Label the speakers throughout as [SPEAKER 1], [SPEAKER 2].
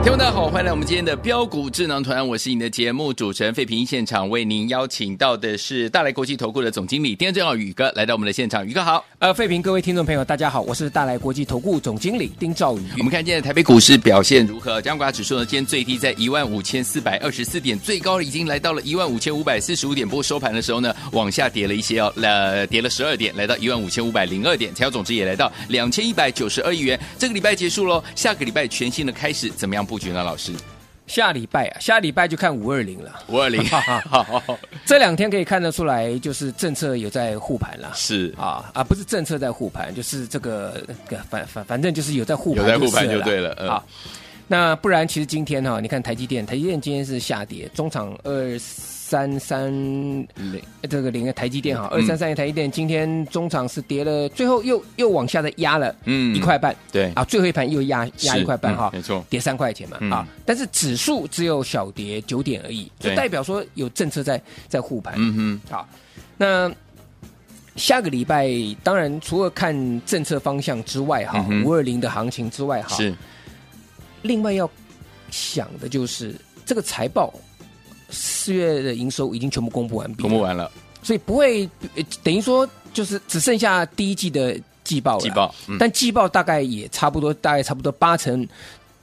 [SPEAKER 1] 听众大家好，欢迎来我们今天的标股智囊团，我是你的节目主持人费平。现场为您邀请到的是大来国际投顾的总经理丁正浩宇哥来到我们的现场，宇哥好。
[SPEAKER 2] 呃，费平，各位听众朋友，大家好，我是大来国际投顾总经理丁兆宇。
[SPEAKER 1] 我们看今天的台北股市表现如何？加权指数呢，今天最低在15,424点，最高已经来到了15,545点。不过收盘的时候呢，往下跌了一些哦，呃，跌了12点，来到15,502点，成交总值也来到2,192亿元。这个礼拜结束喽，下个礼拜全新的开始，怎么样布局呢？老师，
[SPEAKER 2] 下礼拜啊，下礼拜就看五二零了。
[SPEAKER 1] 五二零，好，
[SPEAKER 2] 这两天可以看得出来，就是政策有在护盘啦。
[SPEAKER 1] 是
[SPEAKER 2] 啊啊，不是政策在护盘，就是这个呃反反反正就是有在护盘，
[SPEAKER 1] 有在护盘就对了嗯
[SPEAKER 2] 啊。那不然，其实今天哈、你看台积电，台积电今天是下跌，中场二三三
[SPEAKER 1] 零
[SPEAKER 2] 这个零的台积电哈，二
[SPEAKER 1] 嗯
[SPEAKER 2] 三三的台积电今天中场是跌了，最后又又往下的压了，
[SPEAKER 1] 嗯
[SPEAKER 2] 一块半，
[SPEAKER 1] 对
[SPEAKER 2] 啊，最后一盘又压压
[SPEAKER 1] 是
[SPEAKER 2] 一块半哈、
[SPEAKER 1] 嗯没错
[SPEAKER 2] 跌三块钱嘛、
[SPEAKER 1] 嗯
[SPEAKER 2] 啊，但是指数只有小跌九点而已，就
[SPEAKER 1] 对
[SPEAKER 2] 代表说有政策在在护盘，
[SPEAKER 1] 嗯
[SPEAKER 2] 好，那下个礼拜当然除了看政策方向之外哈，
[SPEAKER 1] 嗯哼
[SPEAKER 2] 五二零的行情之外
[SPEAKER 1] 哼，
[SPEAKER 2] 哈，
[SPEAKER 1] 是
[SPEAKER 2] 另外要想的就是这个财报。四月的营收已经全部公布完毕了
[SPEAKER 1] 公，布完了，
[SPEAKER 2] 所以不会呃等于说就是只剩下第一季的季报了
[SPEAKER 1] 季报嗯
[SPEAKER 2] 但季报大概也差不多，大概差不多八成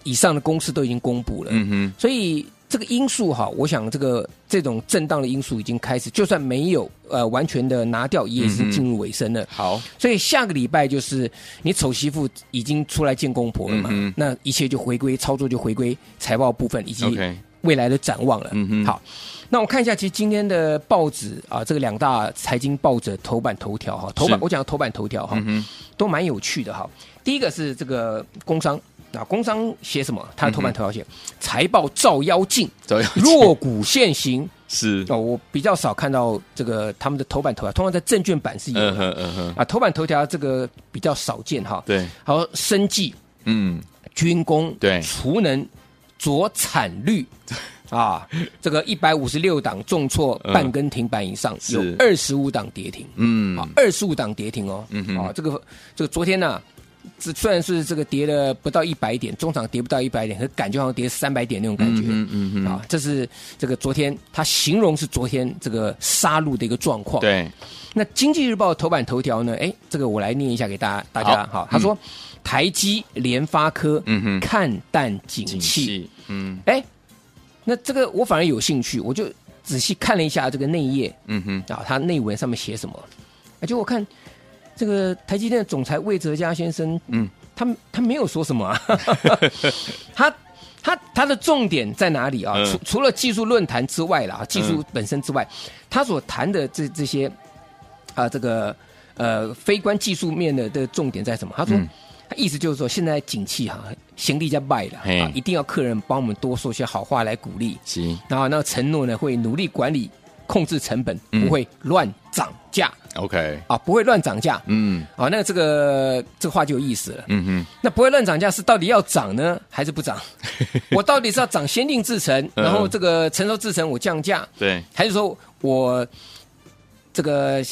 [SPEAKER 2] 以上的公司都已经公布了，
[SPEAKER 1] 嗯哼，
[SPEAKER 2] 所以这个因素哈，我想这个这种震荡的因素已经开始，就算没有呃完全的拿掉，也已
[SPEAKER 1] 嗯哼
[SPEAKER 2] 经进入尾声了。
[SPEAKER 1] 好，
[SPEAKER 2] 所以下个礼拜就是你丑媳妇已经出来见公婆了嘛，
[SPEAKER 1] 嗯哼
[SPEAKER 2] 那一切就回归操作，就回归财报部分以及
[SPEAKER 1] OK
[SPEAKER 2] 未来的展望了。
[SPEAKER 1] 嗯哼
[SPEAKER 2] 好，那我看一下，其实今天的报纸啊，这个两大财经报纸的头版头条哈，头版
[SPEAKER 1] 是
[SPEAKER 2] 我讲头版头条哈，
[SPEAKER 1] 嗯哼，
[SPEAKER 2] 都蛮有趣的哈。第一个是这个工商。啊，工商写什么？它的头版头条写、
[SPEAKER 1] 嗯
[SPEAKER 2] 财报照妖 镜，
[SPEAKER 1] 走，
[SPEAKER 2] 弱股现行。
[SPEAKER 1] 是，
[SPEAKER 2] 哦，我比较少看到这个他们的头版头条，通常在证券版是有的。
[SPEAKER 1] 嗯哼嗯哼，
[SPEAKER 2] 啊，头版头条这个比较少见哈。
[SPEAKER 1] 对，
[SPEAKER 2] 好，生计、
[SPEAKER 1] 嗯，
[SPEAKER 2] 军工、
[SPEAKER 1] 对
[SPEAKER 2] 储能、着产 率啊，这个一百五十六档重挫
[SPEAKER 1] 嗯
[SPEAKER 2] 半根停板以上，有
[SPEAKER 1] 是
[SPEAKER 2] 二十五档跌停，
[SPEAKER 1] 嗯
[SPEAKER 2] 啊，二十五档跌停哦，
[SPEAKER 1] 嗯哼
[SPEAKER 2] 啊，这个这个昨天呢、这虽然是这个跌了不到一百点，中场跌不到一百点，可感觉好像跌三百点那种感觉。
[SPEAKER 1] 嗯嗯嗯
[SPEAKER 2] 啊，这是这个昨天他形容是昨天这个杀戮的一个状况。
[SPEAKER 1] 对，
[SPEAKER 2] 那《经济日报》头版头条呢？哎，这个我来念一下给大家，大家
[SPEAKER 1] 好
[SPEAKER 2] 好。他说，台积、联发科，
[SPEAKER 1] 嗯哼
[SPEAKER 2] 看淡景
[SPEAKER 1] 景
[SPEAKER 2] 气。
[SPEAKER 1] 气，嗯
[SPEAKER 2] 哎，那这个我反而有兴趣，我就仔细看了一下这个内页
[SPEAKER 1] 嗯哼，
[SPEAKER 2] 啊，它内文上面写什么？哎，就我看这个台积电的总裁魏哲嘉先生，
[SPEAKER 1] 嗯
[SPEAKER 2] 嗯，他他没有说 什么啊， 他。他他的重点在哪里啊？
[SPEAKER 1] 嗯
[SPEAKER 2] 除除了技术论坛之外啦，啊技术
[SPEAKER 1] 嗯
[SPEAKER 2] 本身之外，他所谈的这这些啊、这个呃非关技术面的的重点在什么？他说，
[SPEAKER 1] 嗯
[SPEAKER 2] 他意思就是说，现在景气哈、行李在卖了
[SPEAKER 1] 嘿
[SPEAKER 2] 啊，一定要客人帮我们多说些好话来鼓励。
[SPEAKER 1] 行
[SPEAKER 2] 然后那个承诺呢，会努力管理、控制成本，
[SPEAKER 1] 嗯
[SPEAKER 2] 不会乱涨价、
[SPEAKER 1] ，OK，
[SPEAKER 2] 啊，不会乱涨价。
[SPEAKER 1] 嗯
[SPEAKER 2] 啊，那这个这个话就有意思了。
[SPEAKER 1] 嗯哼，
[SPEAKER 2] 那不会乱涨价是到底要涨呢，还是 不涨？我到底是要涨先进制程，
[SPEAKER 1] 嗯
[SPEAKER 2] 然后这个成熟制程我降价，
[SPEAKER 1] 对，
[SPEAKER 2] 还是说我这个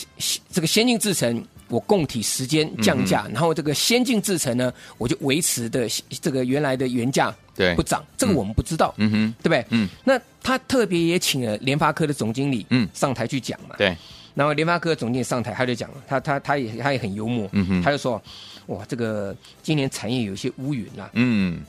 [SPEAKER 2] 这个先进制程我供体时间降
[SPEAKER 1] 嗯
[SPEAKER 2] 价，然后这个先进制程呢，我就维持的这个原来的原价
[SPEAKER 1] 对
[SPEAKER 2] 不涨，这个我们不知道，
[SPEAKER 1] 嗯哼，
[SPEAKER 2] 对不对？
[SPEAKER 1] 嗯，
[SPEAKER 2] 那他特别也请了联发科的总经理，
[SPEAKER 1] 嗯
[SPEAKER 2] 上台去讲嘛。
[SPEAKER 1] 对，
[SPEAKER 2] 然后联发科总经理上台，他就讲了，他他他也他也很幽默，
[SPEAKER 1] 嗯哼
[SPEAKER 2] 他就说，哇，这个今年产业有一些乌云啦、
[SPEAKER 1] 嗯，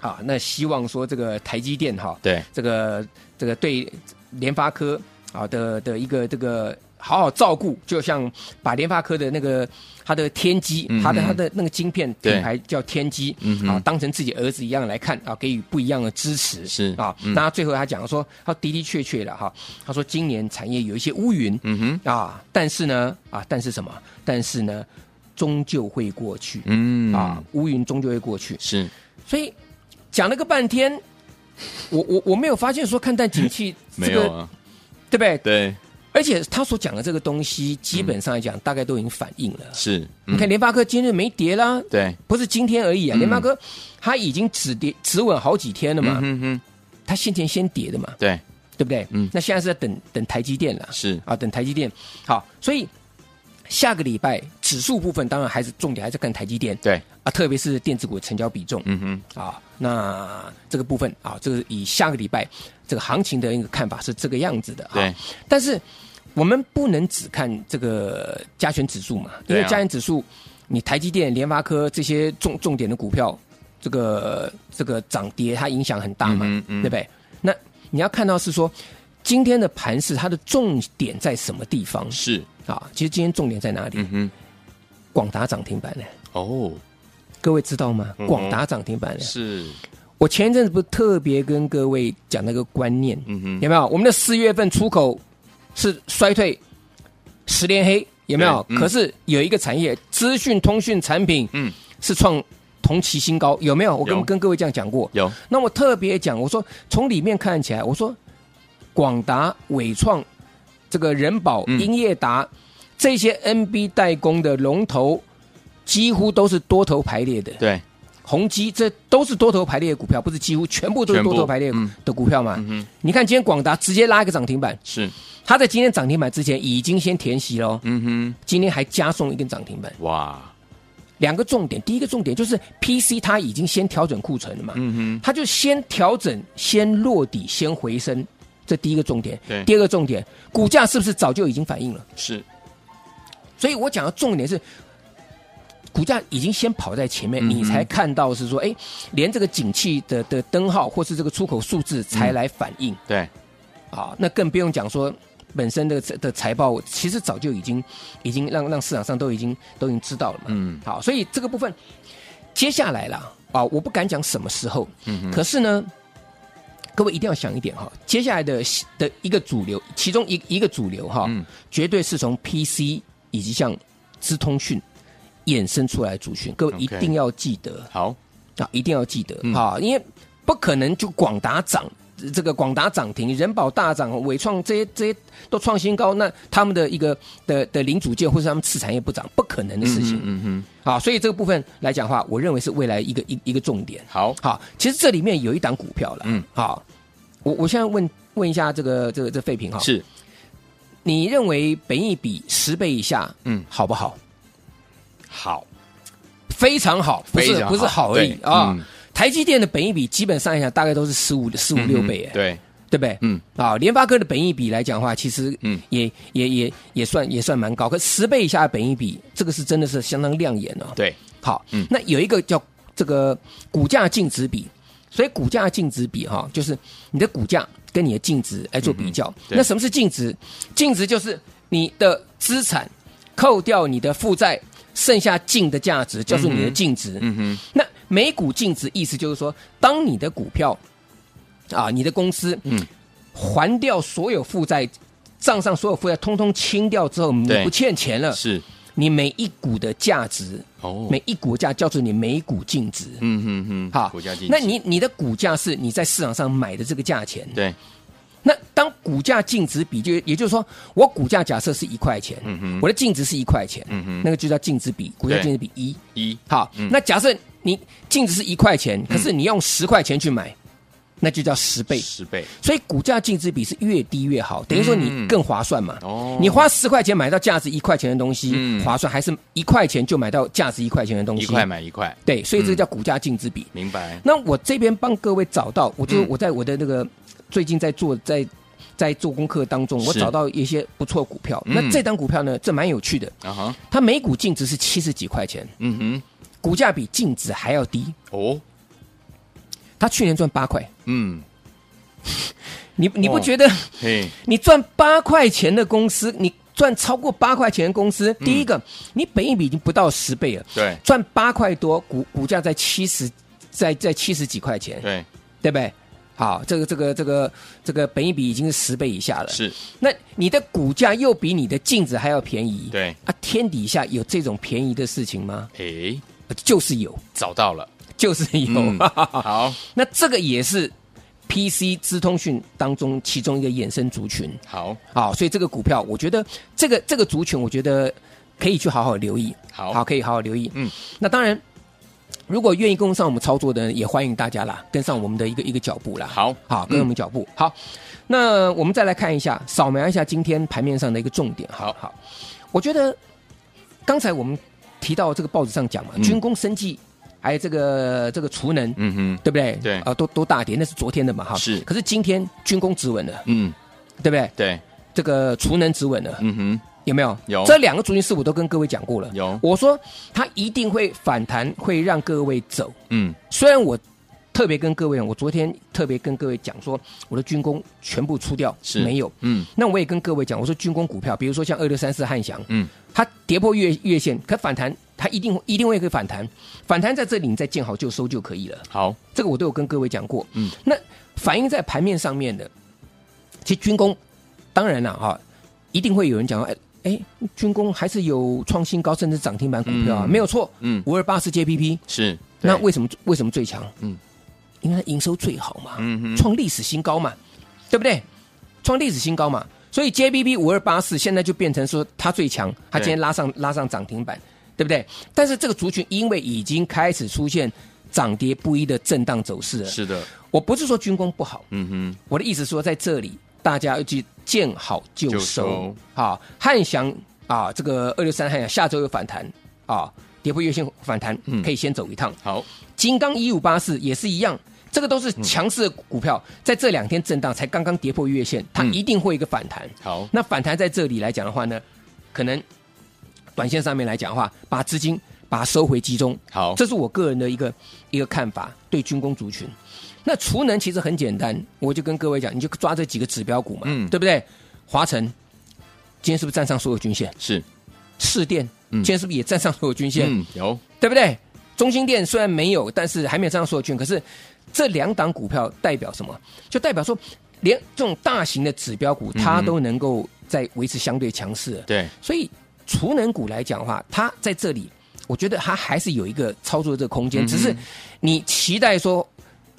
[SPEAKER 2] 啊，那希望说这个台积电哈、
[SPEAKER 1] 对，
[SPEAKER 2] 这个这个对联发科啊的的一个这个好好照顾，就像把联发科的那个它的天玑，
[SPEAKER 1] 嗯哼
[SPEAKER 2] 它的它的那个晶片
[SPEAKER 1] 对
[SPEAKER 2] 品牌叫天玑
[SPEAKER 1] 嗯哼
[SPEAKER 2] 啊，当成自己儿子一样来看啊，给予不一样的支持
[SPEAKER 1] 是
[SPEAKER 2] 啊。
[SPEAKER 1] 嗯
[SPEAKER 2] 那最后他讲说，他的的确确了哈，他说今年产业有一些乌云，
[SPEAKER 1] 嗯哼，
[SPEAKER 2] 啊，但是呢，啊，但是什么？但是呢，终究会过去、
[SPEAKER 1] 嗯
[SPEAKER 2] 啊，乌云终究会过去。
[SPEAKER 1] 是
[SPEAKER 2] 所以讲了个半天，我我我没有发现说看淡景气 这
[SPEAKER 1] 没
[SPEAKER 2] 个、
[SPEAKER 1] 有啊，
[SPEAKER 2] 对不对？
[SPEAKER 1] 对，
[SPEAKER 2] 而且他所讲的这个东西，基本上来讲，大概都已经反映了。
[SPEAKER 1] 是，嗯
[SPEAKER 2] 你看联发科今日没跌啦，
[SPEAKER 1] 对，
[SPEAKER 2] 不是今天而已啊，
[SPEAKER 1] 嗯
[SPEAKER 2] 联发科它已经止跌止稳好几天了嘛
[SPEAKER 1] 嗯，哼哼，
[SPEAKER 2] 它先前先跌的嘛，
[SPEAKER 1] 对，
[SPEAKER 2] 对不对？
[SPEAKER 1] 嗯
[SPEAKER 2] 那现在是在等等台积电了，
[SPEAKER 1] 是
[SPEAKER 2] 啊，等台积电。好，所以下个礼拜指数部分当然还是重点还是看台积电，
[SPEAKER 1] 对，
[SPEAKER 2] 啊，特别是电子股成交比重，
[SPEAKER 1] 嗯哼，
[SPEAKER 2] 啊，那这个部分啊，这个以下个礼拜这个行情的一个看法是这个样子的啊。
[SPEAKER 1] 对，
[SPEAKER 2] 但是我们不能只看这个加权指数嘛，因
[SPEAKER 1] 对啊
[SPEAKER 2] 为加权指数，你台积电、联发科这些重重点的股票，这个这个涨跌它影响很大嘛，
[SPEAKER 1] 嗯哼嗯
[SPEAKER 2] 对不对？那你要看到是说今天的盘市它的重点在什么地方
[SPEAKER 1] 是，
[SPEAKER 2] 啊？其实今天重点在哪里？
[SPEAKER 1] 嗯哼，
[SPEAKER 2] 广达涨停板呢？
[SPEAKER 1] 哦，
[SPEAKER 2] 各位知道吗
[SPEAKER 1] 嗯哼？
[SPEAKER 2] 广达涨停板呢？
[SPEAKER 1] 是，
[SPEAKER 2] 我前一阵子不是特别跟各位讲那个观念，
[SPEAKER 1] 嗯
[SPEAKER 2] 有
[SPEAKER 1] 哼，
[SPEAKER 2] 没有？我们的四月份出口是衰退十连黑，有没有？
[SPEAKER 1] 对嗯
[SPEAKER 2] 可是有一个产业，资讯通讯产品
[SPEAKER 1] 嗯，
[SPEAKER 2] 是创同期新高，有没有？我
[SPEAKER 1] 有
[SPEAKER 2] 跟跟各位这样讲过。
[SPEAKER 1] 有，
[SPEAKER 2] 那我特别讲，我说从里面看起来，我说广达、伟创、这个人保、
[SPEAKER 1] 嗯
[SPEAKER 2] 英业达这些 NB 代工的龙头，几乎都是多头排列的。
[SPEAKER 1] 对，
[SPEAKER 2] 宏基这都是多头排列的股票，不是几乎全部都是
[SPEAKER 1] 全部
[SPEAKER 2] 多头排列
[SPEAKER 1] 嗯
[SPEAKER 2] 的股票嘛？
[SPEAKER 1] 嗯哼，
[SPEAKER 2] 你看今天广达直接拉一个涨停板，
[SPEAKER 1] 是，
[SPEAKER 2] 它在今天涨停板之前已经先填息喽，
[SPEAKER 1] 嗯
[SPEAKER 2] 今天还加送一根涨停板。
[SPEAKER 1] 哼，哇，
[SPEAKER 2] 两个重点，第一个重点就是 PC 它已经先调整库存了嘛，
[SPEAKER 1] 嗯
[SPEAKER 2] 它就先调整、先落底、先回升，这第一个重点
[SPEAKER 1] 对。
[SPEAKER 2] 第二个重点，股价是不是早就已经反应了？
[SPEAKER 1] 哼，是，
[SPEAKER 2] 所以我讲的重点是，股价已经先跑在前面，
[SPEAKER 1] 嗯哼
[SPEAKER 2] 你才看到是说，哎，连这个景气的的灯号或是这个出口数字
[SPEAKER 1] 嗯
[SPEAKER 2] 才来反应、
[SPEAKER 1] 对，
[SPEAKER 2] 啊，那更不用讲说。本身的的财报其实早就已经已经让让市场上都已经都已经知道了嘛，
[SPEAKER 1] 嗯
[SPEAKER 2] 好，所以这个部分接下来啦啊，我不敢讲什么时候，
[SPEAKER 1] 嗯哼，
[SPEAKER 2] 可是呢，各位一定要想一点哈，接下来的的一个主流，其中一一个主流哈，
[SPEAKER 1] 嗯
[SPEAKER 2] 绝对是从 PC 以及像资通讯衍生出来的族群，各位
[SPEAKER 1] OK
[SPEAKER 2] 一定要记得
[SPEAKER 1] 好，
[SPEAKER 2] 啊，一定要记得
[SPEAKER 1] 嗯
[SPEAKER 2] 啊，因为不可能就广达涨。这个广达涨停，人保大涨，伟创这些这些都创新高，那他们的一个的的零组件或是他们次产业不涨，不可能的事情、
[SPEAKER 1] 嗯哼，
[SPEAKER 2] 啊！所以这个部分来讲的话，我认为是未来一个一一个重点。
[SPEAKER 1] 好，
[SPEAKER 2] 好，其实这里面有一档股票了，
[SPEAKER 1] 嗯
[SPEAKER 2] 嗯，好，我我现在问问一下这个这个这废品哈，
[SPEAKER 1] 是，
[SPEAKER 2] 你认为本益比十倍以下，
[SPEAKER 1] 嗯
[SPEAKER 2] 嗯，好不好？
[SPEAKER 1] 好，
[SPEAKER 2] 非常好，不
[SPEAKER 1] 非
[SPEAKER 2] 是
[SPEAKER 1] 常好
[SPEAKER 2] 不是好而已
[SPEAKER 1] 对
[SPEAKER 2] 啊。
[SPEAKER 1] 嗯
[SPEAKER 2] 台积电的本益比基本上来讲大概都是十五十五
[SPEAKER 1] 嗯哼
[SPEAKER 2] 六倍，哎、
[SPEAKER 1] 对，
[SPEAKER 2] 对不对？
[SPEAKER 1] 嗯，
[SPEAKER 2] 啊，联发科的本益比来讲的话，其实
[SPEAKER 1] 嗯
[SPEAKER 2] 嗯，也也也也算也算蛮高，可十倍以下的本益比，这个是真的是相当亮眼哦。
[SPEAKER 1] 对，
[SPEAKER 2] 好，
[SPEAKER 1] 嗯
[SPEAKER 2] 那有一个叫这个股价净值比，所以股价净值比哈、就是你的股价跟你的净值来做比较。
[SPEAKER 1] 嗯对
[SPEAKER 2] 那什么是净值？净值就是你的资产扣掉你的负债，剩下净的价值，叫做你的净值。
[SPEAKER 1] 嗯哼，
[SPEAKER 2] 那每股净值意思就是说，当你的股票啊，你的公司，
[SPEAKER 1] 嗯
[SPEAKER 2] 嗯，还掉所有负债，账上所有负债通通清掉之后，你
[SPEAKER 1] 对
[SPEAKER 2] 不欠钱了，
[SPEAKER 1] 是，
[SPEAKER 2] 你每一股的价值
[SPEAKER 1] 呃哦，
[SPEAKER 2] 每一股价叫做你每股净值。
[SPEAKER 1] 嗯哼哼，
[SPEAKER 2] 好
[SPEAKER 1] 股价净值，
[SPEAKER 2] 那你你的股价是你在市场上买的这个价钱。
[SPEAKER 1] 对，
[SPEAKER 2] 那当股价净值比就也就是说，我股价假设是一块钱，
[SPEAKER 1] 嗯哼
[SPEAKER 2] 我的净值是一块钱，
[SPEAKER 1] 嗯哼
[SPEAKER 2] 那个就叫净值比，股价
[SPEAKER 1] 对
[SPEAKER 2] 净值比一。
[SPEAKER 1] 一，
[SPEAKER 2] 好，
[SPEAKER 1] 嗯
[SPEAKER 2] 那假设你净值是一块钱，可是你用十块钱去买，那就叫十倍。
[SPEAKER 1] 十倍，
[SPEAKER 2] 所以股价净值比是越低越好，等于说
[SPEAKER 1] 嗯
[SPEAKER 2] 你更划算嘛。
[SPEAKER 1] 哦
[SPEAKER 2] 你花十块钱买到价值一块钱的东西，
[SPEAKER 1] 嗯
[SPEAKER 2] 划算还是一块钱就买到价值一块钱的东西？
[SPEAKER 1] 一块买一块，
[SPEAKER 2] 对，所以
[SPEAKER 1] 嗯
[SPEAKER 2] 这个叫股价净值比。
[SPEAKER 1] 明白，
[SPEAKER 2] 那我这边帮各位找到，我就
[SPEAKER 1] 嗯
[SPEAKER 2] 我在我的那个最近在做在在做功课当中，我
[SPEAKER 1] 是
[SPEAKER 2] 找到一些不错股票。
[SPEAKER 1] 嗯
[SPEAKER 2] 那这档股票呢，这蛮有趣的，
[SPEAKER 1] 啊哈，
[SPEAKER 2] 它每股净值是七十几块钱，
[SPEAKER 1] 嗯哼，
[SPEAKER 2] 股价比净值还要低。
[SPEAKER 1] 哦，
[SPEAKER 2] 它去年赚八块，
[SPEAKER 1] 嗯，
[SPEAKER 2] 你你
[SPEAKER 1] 哦
[SPEAKER 2] 不觉得
[SPEAKER 1] 嘿，
[SPEAKER 2] 你赚八块钱的公司，你赚超过八块钱的公司，
[SPEAKER 1] 嗯
[SPEAKER 2] 第一个，你本益比已经不到十倍了，
[SPEAKER 1] 对
[SPEAKER 2] 赚八块多，股股价在七十，在在七十几块钱，
[SPEAKER 1] 对，
[SPEAKER 2] 对不对？好，这个这个这个这个本益比已经是十倍以下了，
[SPEAKER 1] 是
[SPEAKER 2] 那你的股价又比你的净值还要便宜，
[SPEAKER 1] 对
[SPEAKER 2] 啊，天底下有这种便宜的事情吗？
[SPEAKER 1] 诶，
[SPEAKER 2] 呃就是有，
[SPEAKER 1] 找到了，
[SPEAKER 2] 就是有。
[SPEAKER 1] 嗯好
[SPEAKER 2] 那这个也是 PC 资通讯当中其中一个衍生族群，
[SPEAKER 1] 好
[SPEAKER 2] 好，啊所以这个股票，我觉得这个这个族群，我觉得可以去好好留意，
[SPEAKER 1] 好
[SPEAKER 2] 好，可以好好留意。
[SPEAKER 1] 嗯，
[SPEAKER 2] 那当然，如果愿意跟上我们操作的人，也欢迎大家啦，跟上我们的一个一个脚步啦。
[SPEAKER 1] 好嗯
[SPEAKER 2] 好，跟我们脚步。好，那我们再来看一下，扫描一下今天盘面上的一个重点。
[SPEAKER 1] 好
[SPEAKER 2] 好，我觉得刚才我们提到这个报纸上讲嘛，
[SPEAKER 1] 嗯
[SPEAKER 2] 军工、生技，还有这个这个储能，
[SPEAKER 1] 嗯哼，
[SPEAKER 2] 对不对？
[SPEAKER 1] 对
[SPEAKER 2] 啊、都都大跌，那是昨天的嘛，哈。
[SPEAKER 1] 是
[SPEAKER 2] 可是今天军工止稳了，
[SPEAKER 1] 嗯，
[SPEAKER 2] 对不对？
[SPEAKER 1] 对，
[SPEAKER 2] 这个储能止稳了，
[SPEAKER 1] 嗯
[SPEAKER 2] 有没有？
[SPEAKER 1] 有
[SPEAKER 2] 这两个族群是我都跟各位讲过了。
[SPEAKER 1] 有
[SPEAKER 2] 我说它一定会反弹，会让各位走。
[SPEAKER 1] 哼，嗯，
[SPEAKER 2] 虽然我特别跟各位讲，我昨天特别跟各位讲说，我的军工全部出掉，
[SPEAKER 1] 是
[SPEAKER 2] 没有。
[SPEAKER 1] 嗯，
[SPEAKER 2] 那我也跟各位讲，我说军工股票，比如说像二六三四汉翔，
[SPEAKER 1] 嗯，
[SPEAKER 2] 它跌破月月线，可反弹，它一定一定会可以反弹，反弹在这里，你再见好就收就可以了。
[SPEAKER 1] 好，
[SPEAKER 2] 这个我都有跟各位讲过。
[SPEAKER 1] 嗯，
[SPEAKER 2] 那反映在盘面上面的，其实军工，当然了哈、一定会有人讲说，哎哎，军工还是有创新高甚至涨停板股票啊，
[SPEAKER 1] 嗯
[SPEAKER 2] 没有错。
[SPEAKER 1] 嗯，
[SPEAKER 2] 五二八是 JPP，
[SPEAKER 1] 是，
[SPEAKER 2] 那
[SPEAKER 1] 对
[SPEAKER 2] 为什么为什么最强？
[SPEAKER 1] 嗯，
[SPEAKER 2] 因为它营收最好嘛，
[SPEAKER 1] 嗯哼
[SPEAKER 2] 创历史新高嘛，对不对？创历史新高嘛，所以 JBB 五二八四现在就变成说它最强，它今天拉上拉上涨停板，对不对？但是这个族群因为已经开始出现涨跌不一的震荡走势了。
[SPEAKER 1] 是的，
[SPEAKER 2] 我不是说军工不好，
[SPEAKER 1] 嗯
[SPEAKER 2] 我的意思说在这里大家要去见好就收
[SPEAKER 1] 就收
[SPEAKER 2] 啊。汉翔啊，这个二六三汉翔下周有反弹啊，跌破月线反弹，
[SPEAKER 1] 嗯
[SPEAKER 2] 可以先走一趟。
[SPEAKER 1] 哼，好，
[SPEAKER 2] 金刚一五八四也是一样，这个都是
[SPEAKER 1] 嗯
[SPEAKER 2] 强势的股票，在这两天震荡才刚刚跌破月线，它
[SPEAKER 1] 嗯
[SPEAKER 2] 一定会有一个反弹。
[SPEAKER 1] 好，
[SPEAKER 2] 那反弹在这里来讲的话呢，可能短线上面来讲的话，把资金把它收回集中，
[SPEAKER 1] 好，
[SPEAKER 2] 这是我个人的一个一个看法，对军工族群。那储能其实很简单，我就跟各位讲，你就抓这几个指标股嘛，
[SPEAKER 1] 嗯
[SPEAKER 2] 对不对？华晨今天是不是站上所有均线？
[SPEAKER 1] 是，
[SPEAKER 2] 市电
[SPEAKER 1] 嗯
[SPEAKER 2] 今天是不是也站上所有均线？
[SPEAKER 1] 嗯，有，
[SPEAKER 2] 对不对？中心店虽然没有，但是还没有站上所有权，可是这两档股票代表什么？就代表说，连这种大型的指标股，它
[SPEAKER 1] 嗯
[SPEAKER 2] 都能够在维持相对强势。
[SPEAKER 1] 对，
[SPEAKER 2] 所以储能股来讲的话，它在这里，我觉得它还是有一个操作的这个空
[SPEAKER 1] 嗯
[SPEAKER 2] 间，
[SPEAKER 1] 哼
[SPEAKER 2] 只是你期待说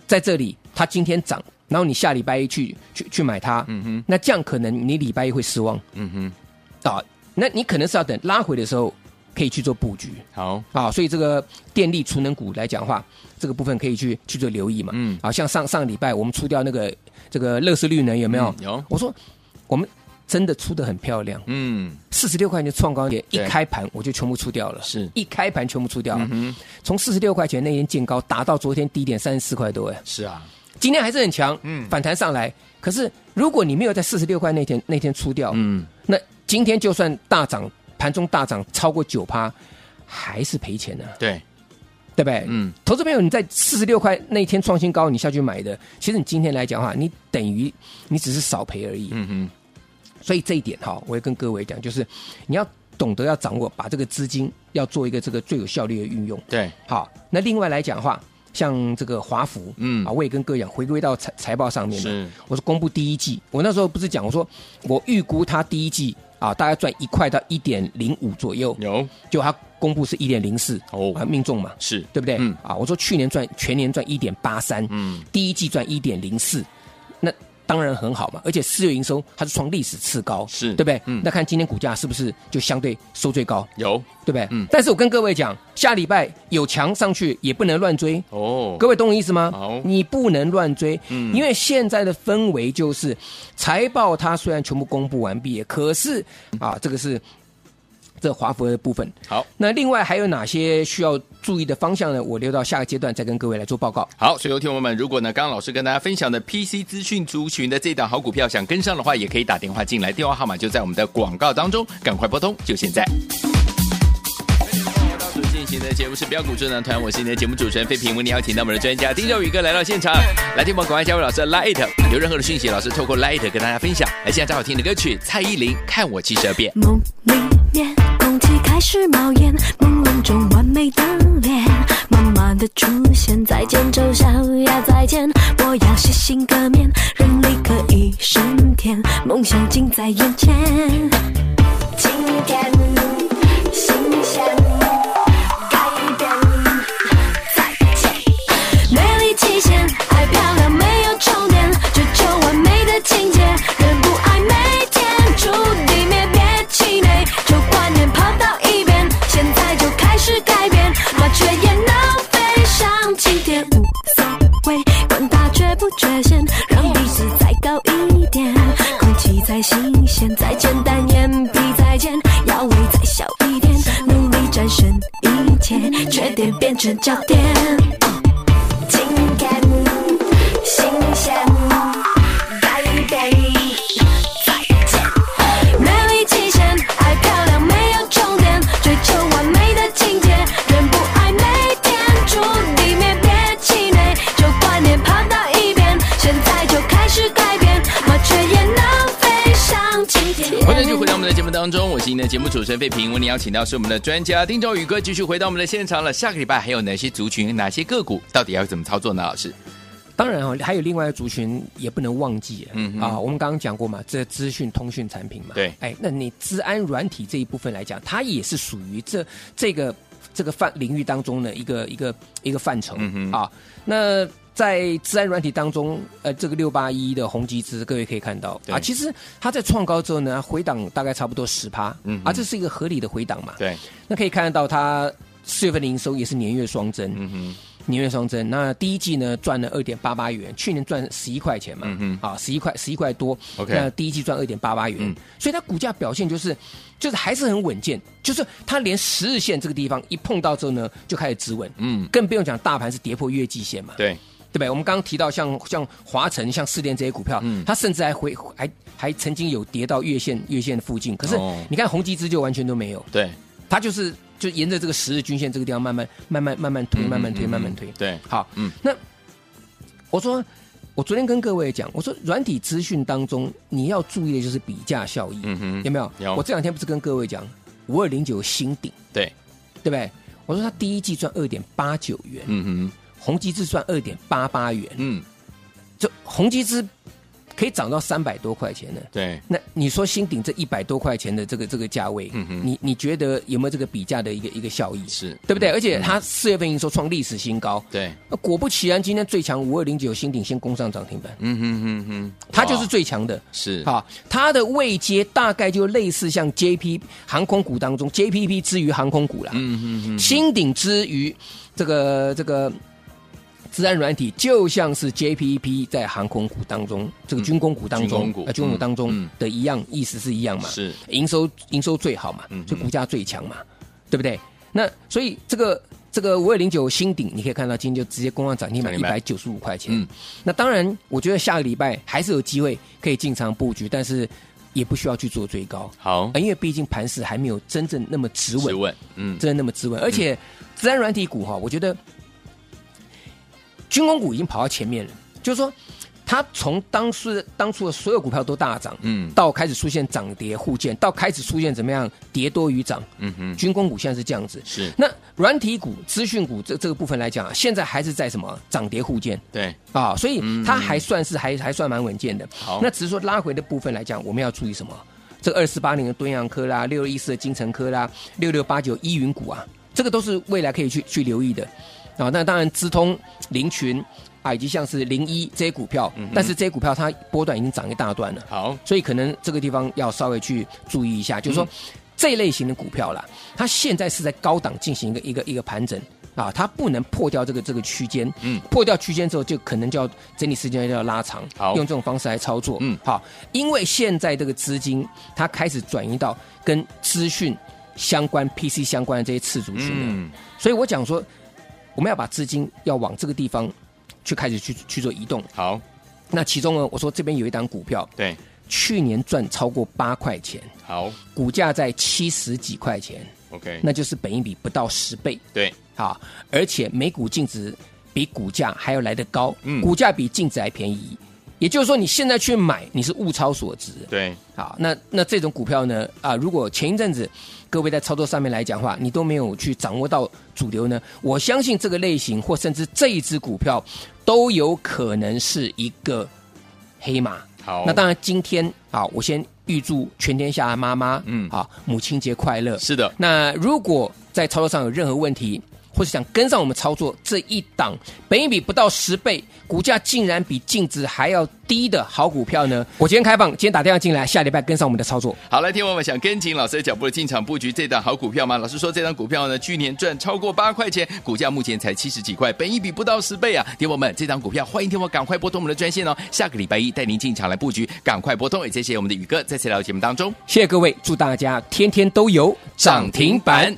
[SPEAKER 2] 在这里它今天涨，然后你下礼拜一去去去买它，
[SPEAKER 1] 嗯哼，
[SPEAKER 2] 那这样可能你礼拜一会失望
[SPEAKER 1] 嗯哼，
[SPEAKER 2] 啊。那你可能是要等拉回的时候可以去做布局。
[SPEAKER 1] 好，
[SPEAKER 2] 啊，所以这个电力储能股来讲的话，这个部分可以去去做留意嘛。
[SPEAKER 1] 嗯
[SPEAKER 2] 啊，像上上礼拜我们出掉那个这个乐视绿能有没有？
[SPEAKER 1] 嗯有
[SPEAKER 2] 我说我们真的出的很漂亮，
[SPEAKER 1] 嗯，
[SPEAKER 2] 四十六块钱创高点，一
[SPEAKER 1] 对
[SPEAKER 2] 开盘我就全部出掉了，
[SPEAKER 1] 是
[SPEAKER 2] 一开盘全部出掉了。
[SPEAKER 1] 嗯哼，
[SPEAKER 2] 从四十六块钱那天见高，达到昨天低点三十四块多，哎，
[SPEAKER 1] 是啊，
[SPEAKER 2] 今天还是很强，
[SPEAKER 1] 嗯
[SPEAKER 2] 反弹上来。可是如果你没有在四十六块那天那天出掉，
[SPEAKER 1] 嗯，
[SPEAKER 2] 那今天就算大涨，盘中大涨超过九趴，还是赔钱呢、啊
[SPEAKER 1] 对，
[SPEAKER 2] 对不对？
[SPEAKER 1] 嗯，
[SPEAKER 2] 投资朋友，你在四十六块那天创新高，你下去买的，其实你今天来讲的话，你等于你只是少赔而已。
[SPEAKER 1] 嗯哼，
[SPEAKER 2] 所以这一点哈，我也跟各位讲，就是你要懂得要掌握，把这个资金要做一个这个最有效率的运用。
[SPEAKER 1] 对，
[SPEAKER 2] 好，那另外来讲的话，像这个华孚，
[SPEAKER 1] 嗯
[SPEAKER 2] 啊，我也跟各位讲，回归到财财报上面嘛
[SPEAKER 1] 是
[SPEAKER 2] 我是公布第一季，我那时候不是讲，我说我预估它第一季啊，大概赚一块到一点零五左右，
[SPEAKER 1] 有，
[SPEAKER 2] 就它公布是一点零四，
[SPEAKER 1] 哦
[SPEAKER 2] 啊，命中嘛，
[SPEAKER 1] 是，
[SPEAKER 2] 对不对？
[SPEAKER 1] 嗯
[SPEAKER 2] 啊，我说去年赚全年赚一点八三，
[SPEAKER 1] 嗯，
[SPEAKER 2] 第一季赚一点零四，那当然很好嘛。而且四月营收它是创历史次高，
[SPEAKER 1] 是
[SPEAKER 2] 对不对？
[SPEAKER 1] 嗯
[SPEAKER 2] 那看今天股价是不是就相对收最高，
[SPEAKER 1] 有，
[SPEAKER 2] 对不对？
[SPEAKER 1] 嗯
[SPEAKER 2] 但是我跟各位讲，下礼拜有强上去也不能乱追。
[SPEAKER 1] 哦，
[SPEAKER 2] 各位懂我意思吗
[SPEAKER 1] 好？
[SPEAKER 2] 你不能乱追，
[SPEAKER 1] 嗯
[SPEAKER 2] 因为现在的氛围就是财报它虽然全部公布完毕，可是啊，这个是这华孚的部分，
[SPEAKER 1] 好。
[SPEAKER 2] 那另外还有哪些需要注意的方向呢？我留到下个阶段再跟各位来做报告。
[SPEAKER 1] 好，所以有听友们，如果呢，刚刚老师跟大家分享的 PC 资讯族群的这档好股票，想跟上的话，也可以打电话进来，电话号码就在我们的广告当中，赶快拨通，就现在。今天的节目是标股智囊团，我是你的节目主持人费平。为你邀请到我们的专家丁兆宇哥来到现场，来听我们赶快加入老师的 Light，有任何的讯息，老师透过 Light 跟大家分享。来，现在最好听的歌曲蔡依林《看我七十二变》。
[SPEAKER 3] 梦里面，空气开始冒烟，朦胧中完美的脸，慢慢的出现。再见，丑小鸭，再见，我要洗心革面，让你可以升天，梦想近在眼前。今天，新鲜，改变，再见。美丽极限，爱漂亮没有终点，追求完美的境界，人不爱每天注定灭，别气馁，旧观念抛到一边，现在就开始改变，麻雀也能飞上青天，无所谓，管它缺不缺陷，让鼻子再高一点，空气再新鲜，再简单，眼皮再尖，腰围再小一点，努力战胜一切，缺点变成焦点。今天新鲜，改变，再见。美丽极限，爱漂亮没有终点，追求完美的境界，人不爱每天注定灭，别气馁，旧观念抛到一边，现在就开始改变，麻雀也能飞上青天。
[SPEAKER 1] 欢迎继续回到我们的节目当中，我是您的节目主持人费平。为您邀请到是我们的专家丁兆宇哥，继续回到我们的现场了。下个礼拜还有哪些族群、哪些个股，到底要怎么操作呢？老师，
[SPEAKER 2] 当然哦，还有另外一个族群也不能忘记，
[SPEAKER 1] 嗯哼
[SPEAKER 2] 嗯啊，我们刚刚讲过嘛，这资讯通讯产品嘛，
[SPEAKER 1] 对
[SPEAKER 2] 哎，那你治安软体这一部分来讲，它也是属于这这个这个范领域当中的一个一个一个范畴、
[SPEAKER 1] 嗯哼
[SPEAKER 2] 啊。那在治安软体当中，呃，这个六八一的宏基资，各位可以看到
[SPEAKER 1] 对
[SPEAKER 2] 啊，其实它在创高之后呢，回档大概差不多十趴，
[SPEAKER 1] 嗯哼
[SPEAKER 2] 啊，这是一个合理的回档嘛，
[SPEAKER 1] 对，
[SPEAKER 2] 那可以看得到它四月份的营收也是年月双增，
[SPEAKER 1] 嗯哼，
[SPEAKER 2] 年月双增。那第一季呢赚了二点八八元，去年赚十一块钱嘛，
[SPEAKER 1] 嗯
[SPEAKER 2] 啊，十一块十一块多。
[SPEAKER 1] OK
[SPEAKER 2] 那第一季赚二点八八元，
[SPEAKER 1] 嗯
[SPEAKER 2] 所以它股价表现就是就是还是很稳健，就是它连十日线这个地方一碰到之后呢，就开始止稳。
[SPEAKER 1] 嗯，
[SPEAKER 2] 更不用讲，大盘是跌破月季线嘛，
[SPEAKER 1] 对，
[SPEAKER 2] 对不对？我们刚刚提到像像华晨、像四电这些股票，
[SPEAKER 1] 嗯
[SPEAKER 2] 它甚至还回还还曾经有跌到月线月线附近，可是
[SPEAKER 1] 哦
[SPEAKER 2] 你看宏基资就完全都没有，
[SPEAKER 1] 对，
[SPEAKER 2] 它就是就沿着这个十日均线这个地方慢慢慢慢慢慢推，
[SPEAKER 1] 嗯
[SPEAKER 2] 慢慢推，慢慢推。
[SPEAKER 1] 对，
[SPEAKER 2] 好，
[SPEAKER 1] 嗯
[SPEAKER 2] 嗯，那我说，我昨天跟各位讲，我说软体资讯当中你要注意的就是比价效益，
[SPEAKER 1] 嗯哼
[SPEAKER 2] 有没有？
[SPEAKER 1] 有
[SPEAKER 2] 我这两天不是跟各位讲五二零九新顶，
[SPEAKER 1] 对，
[SPEAKER 2] 对不对？我说它第一季赚二点八九元，
[SPEAKER 1] 嗯哼，
[SPEAKER 2] 宏基资赚二点八八元，
[SPEAKER 1] 嗯，
[SPEAKER 2] 这宏基资可以涨到三百多块钱呢。
[SPEAKER 1] 对，
[SPEAKER 2] 那你说新顶这一百多块钱的这个这个价位，
[SPEAKER 1] 嗯哼
[SPEAKER 2] 你你觉得有没有这个比价的一个一个效益？
[SPEAKER 1] 是
[SPEAKER 2] 对不对？
[SPEAKER 1] 嗯
[SPEAKER 2] 而且它四月份营收创历史新高，
[SPEAKER 1] 对，
[SPEAKER 2] 那果不其然，今天最强五二零九新顶先攻上涨停板，
[SPEAKER 1] 嗯哼哼哼，
[SPEAKER 2] 它就是
[SPEAKER 1] 哇
[SPEAKER 2] 最强的。
[SPEAKER 1] 是，
[SPEAKER 2] 好，它的位阶大概就类似像 JP 航空股当中 JPP 之于航空股啦，
[SPEAKER 1] 嗯哼哼，
[SPEAKER 2] 新顶之于这个这个治安软体，就像是 JPP 在航空股当中这个军工股
[SPEAKER 1] 嗯
[SPEAKER 2] 当
[SPEAKER 1] 军工
[SPEAKER 2] 中
[SPEAKER 1] 股
[SPEAKER 2] 呃军工股当
[SPEAKER 1] 嗯
[SPEAKER 2] 中
[SPEAKER 1] 嗯
[SPEAKER 2] 的一样意思是一样嘛？
[SPEAKER 1] 是，
[SPEAKER 2] 营收营收最好嘛
[SPEAKER 1] 嗯哼，
[SPEAKER 2] 所以股价最强嘛，对不对？那所以这个这个五二零九新顶，你可以看到今天就直接攻上涨停板
[SPEAKER 1] 涨停
[SPEAKER 2] 一
[SPEAKER 1] 板
[SPEAKER 2] 百九十五块钱。
[SPEAKER 1] 嗯
[SPEAKER 2] 那当然，我觉得下个礼拜还是有机会可以进场布局，但是也不需要去做追高，
[SPEAKER 1] 好
[SPEAKER 2] 啊，因为毕竟盘势还没有真正那么止稳
[SPEAKER 1] 质，问，嗯，
[SPEAKER 2] 真的那么止稳。而且，自然软体股哈，我觉得军工股已经跑到前面了，就是说。它从当初的当初的所有股票都大涨，
[SPEAKER 1] 嗯，
[SPEAKER 2] 到开始出现涨跌互见，到开始出现怎么样跌多于涨，
[SPEAKER 1] 嗯哼，
[SPEAKER 2] 军工股现在是这样子。
[SPEAKER 1] 是，
[SPEAKER 2] 那软体股、资讯股这这个部分来讲啊，现在还是在什么涨跌互见
[SPEAKER 1] 对，
[SPEAKER 2] 啊，所以
[SPEAKER 1] 嗯
[SPEAKER 2] 它还算是还还算蛮稳健的。
[SPEAKER 1] 好
[SPEAKER 2] 那只是说拉回的部分来讲，我们要注意什么？这二四八零的敦阳科啦，六一四的金城科啦，六六八九依云股啊，这个都是未来可以去去留意的啊。那当然，资通、林群啊，以及像是零一这些股票，
[SPEAKER 1] 嗯
[SPEAKER 2] 但是这些股票它波段已经涨一大段了。
[SPEAKER 1] 好，
[SPEAKER 2] 所以可能这个地方要稍微去注意一下，就是说、
[SPEAKER 1] 嗯
[SPEAKER 2] 这一类型的股票啦，它现在是在高档进行一个一个一个盘整啊，它不能破掉这个这个区间，
[SPEAKER 1] 嗯，
[SPEAKER 2] 破掉区间之后就可能就要整理时间就要拉长，
[SPEAKER 1] 好
[SPEAKER 2] 用这种方式来操作，
[SPEAKER 1] 嗯
[SPEAKER 2] 好，因为现在这个资金它开始转移到跟资讯相关、PC 相关的这些次族群了，
[SPEAKER 1] 嗯，
[SPEAKER 2] 所以我讲说，我们要把资金要往这个地方去开始去去做移动，
[SPEAKER 1] 好，
[SPEAKER 2] 那其中呢，我说这边有一档股票。
[SPEAKER 1] 对，
[SPEAKER 2] 去年赚超过八块钱，
[SPEAKER 1] 好，
[SPEAKER 2] 股价在七十几块钱，
[SPEAKER 1] OK
[SPEAKER 2] 那就是本益比不到十倍，
[SPEAKER 1] 对，
[SPEAKER 2] 好，而且每股净值比股价还要来得高，
[SPEAKER 1] 嗯
[SPEAKER 2] 股价比净值还便宜，也就是说你现在去买，你是物超所值，
[SPEAKER 1] 对，
[SPEAKER 2] 好，那那这种股票呢，啊，如果前一阵子各位在操作上面来讲的话，你都没有去掌握到主流呢，我相信这个类型或甚至这一只股票都有可能是一个黑马。
[SPEAKER 1] 好，
[SPEAKER 2] 那当然，今天啊，我先预祝全天下的妈妈，
[SPEAKER 1] 嗯
[SPEAKER 2] 好，母亲节快乐。
[SPEAKER 1] 是的，
[SPEAKER 2] 那如果在操作上有任何问题，或是想跟上我们操作这一档，本益比不到十倍，股价竟然比净值还要低的好股票呢？我今天开放，今天打电话进来，下礼拜跟上我们的操作。
[SPEAKER 1] 好，来，听我们想跟紧老师的脚步进场布局这档好股票吗？老师说这档股票呢，去年赚超过八块钱，股价目前才七十几块，本一比不到十倍啊！听我们这档股票，欢迎听我赶快拨通我们的专线哦，下个礼拜一带您进场来布局，赶快拨通！也谢谢我们的宇哥再次来到节目当中，
[SPEAKER 2] 谢谢各位，祝大家天天都有
[SPEAKER 1] 涨停板。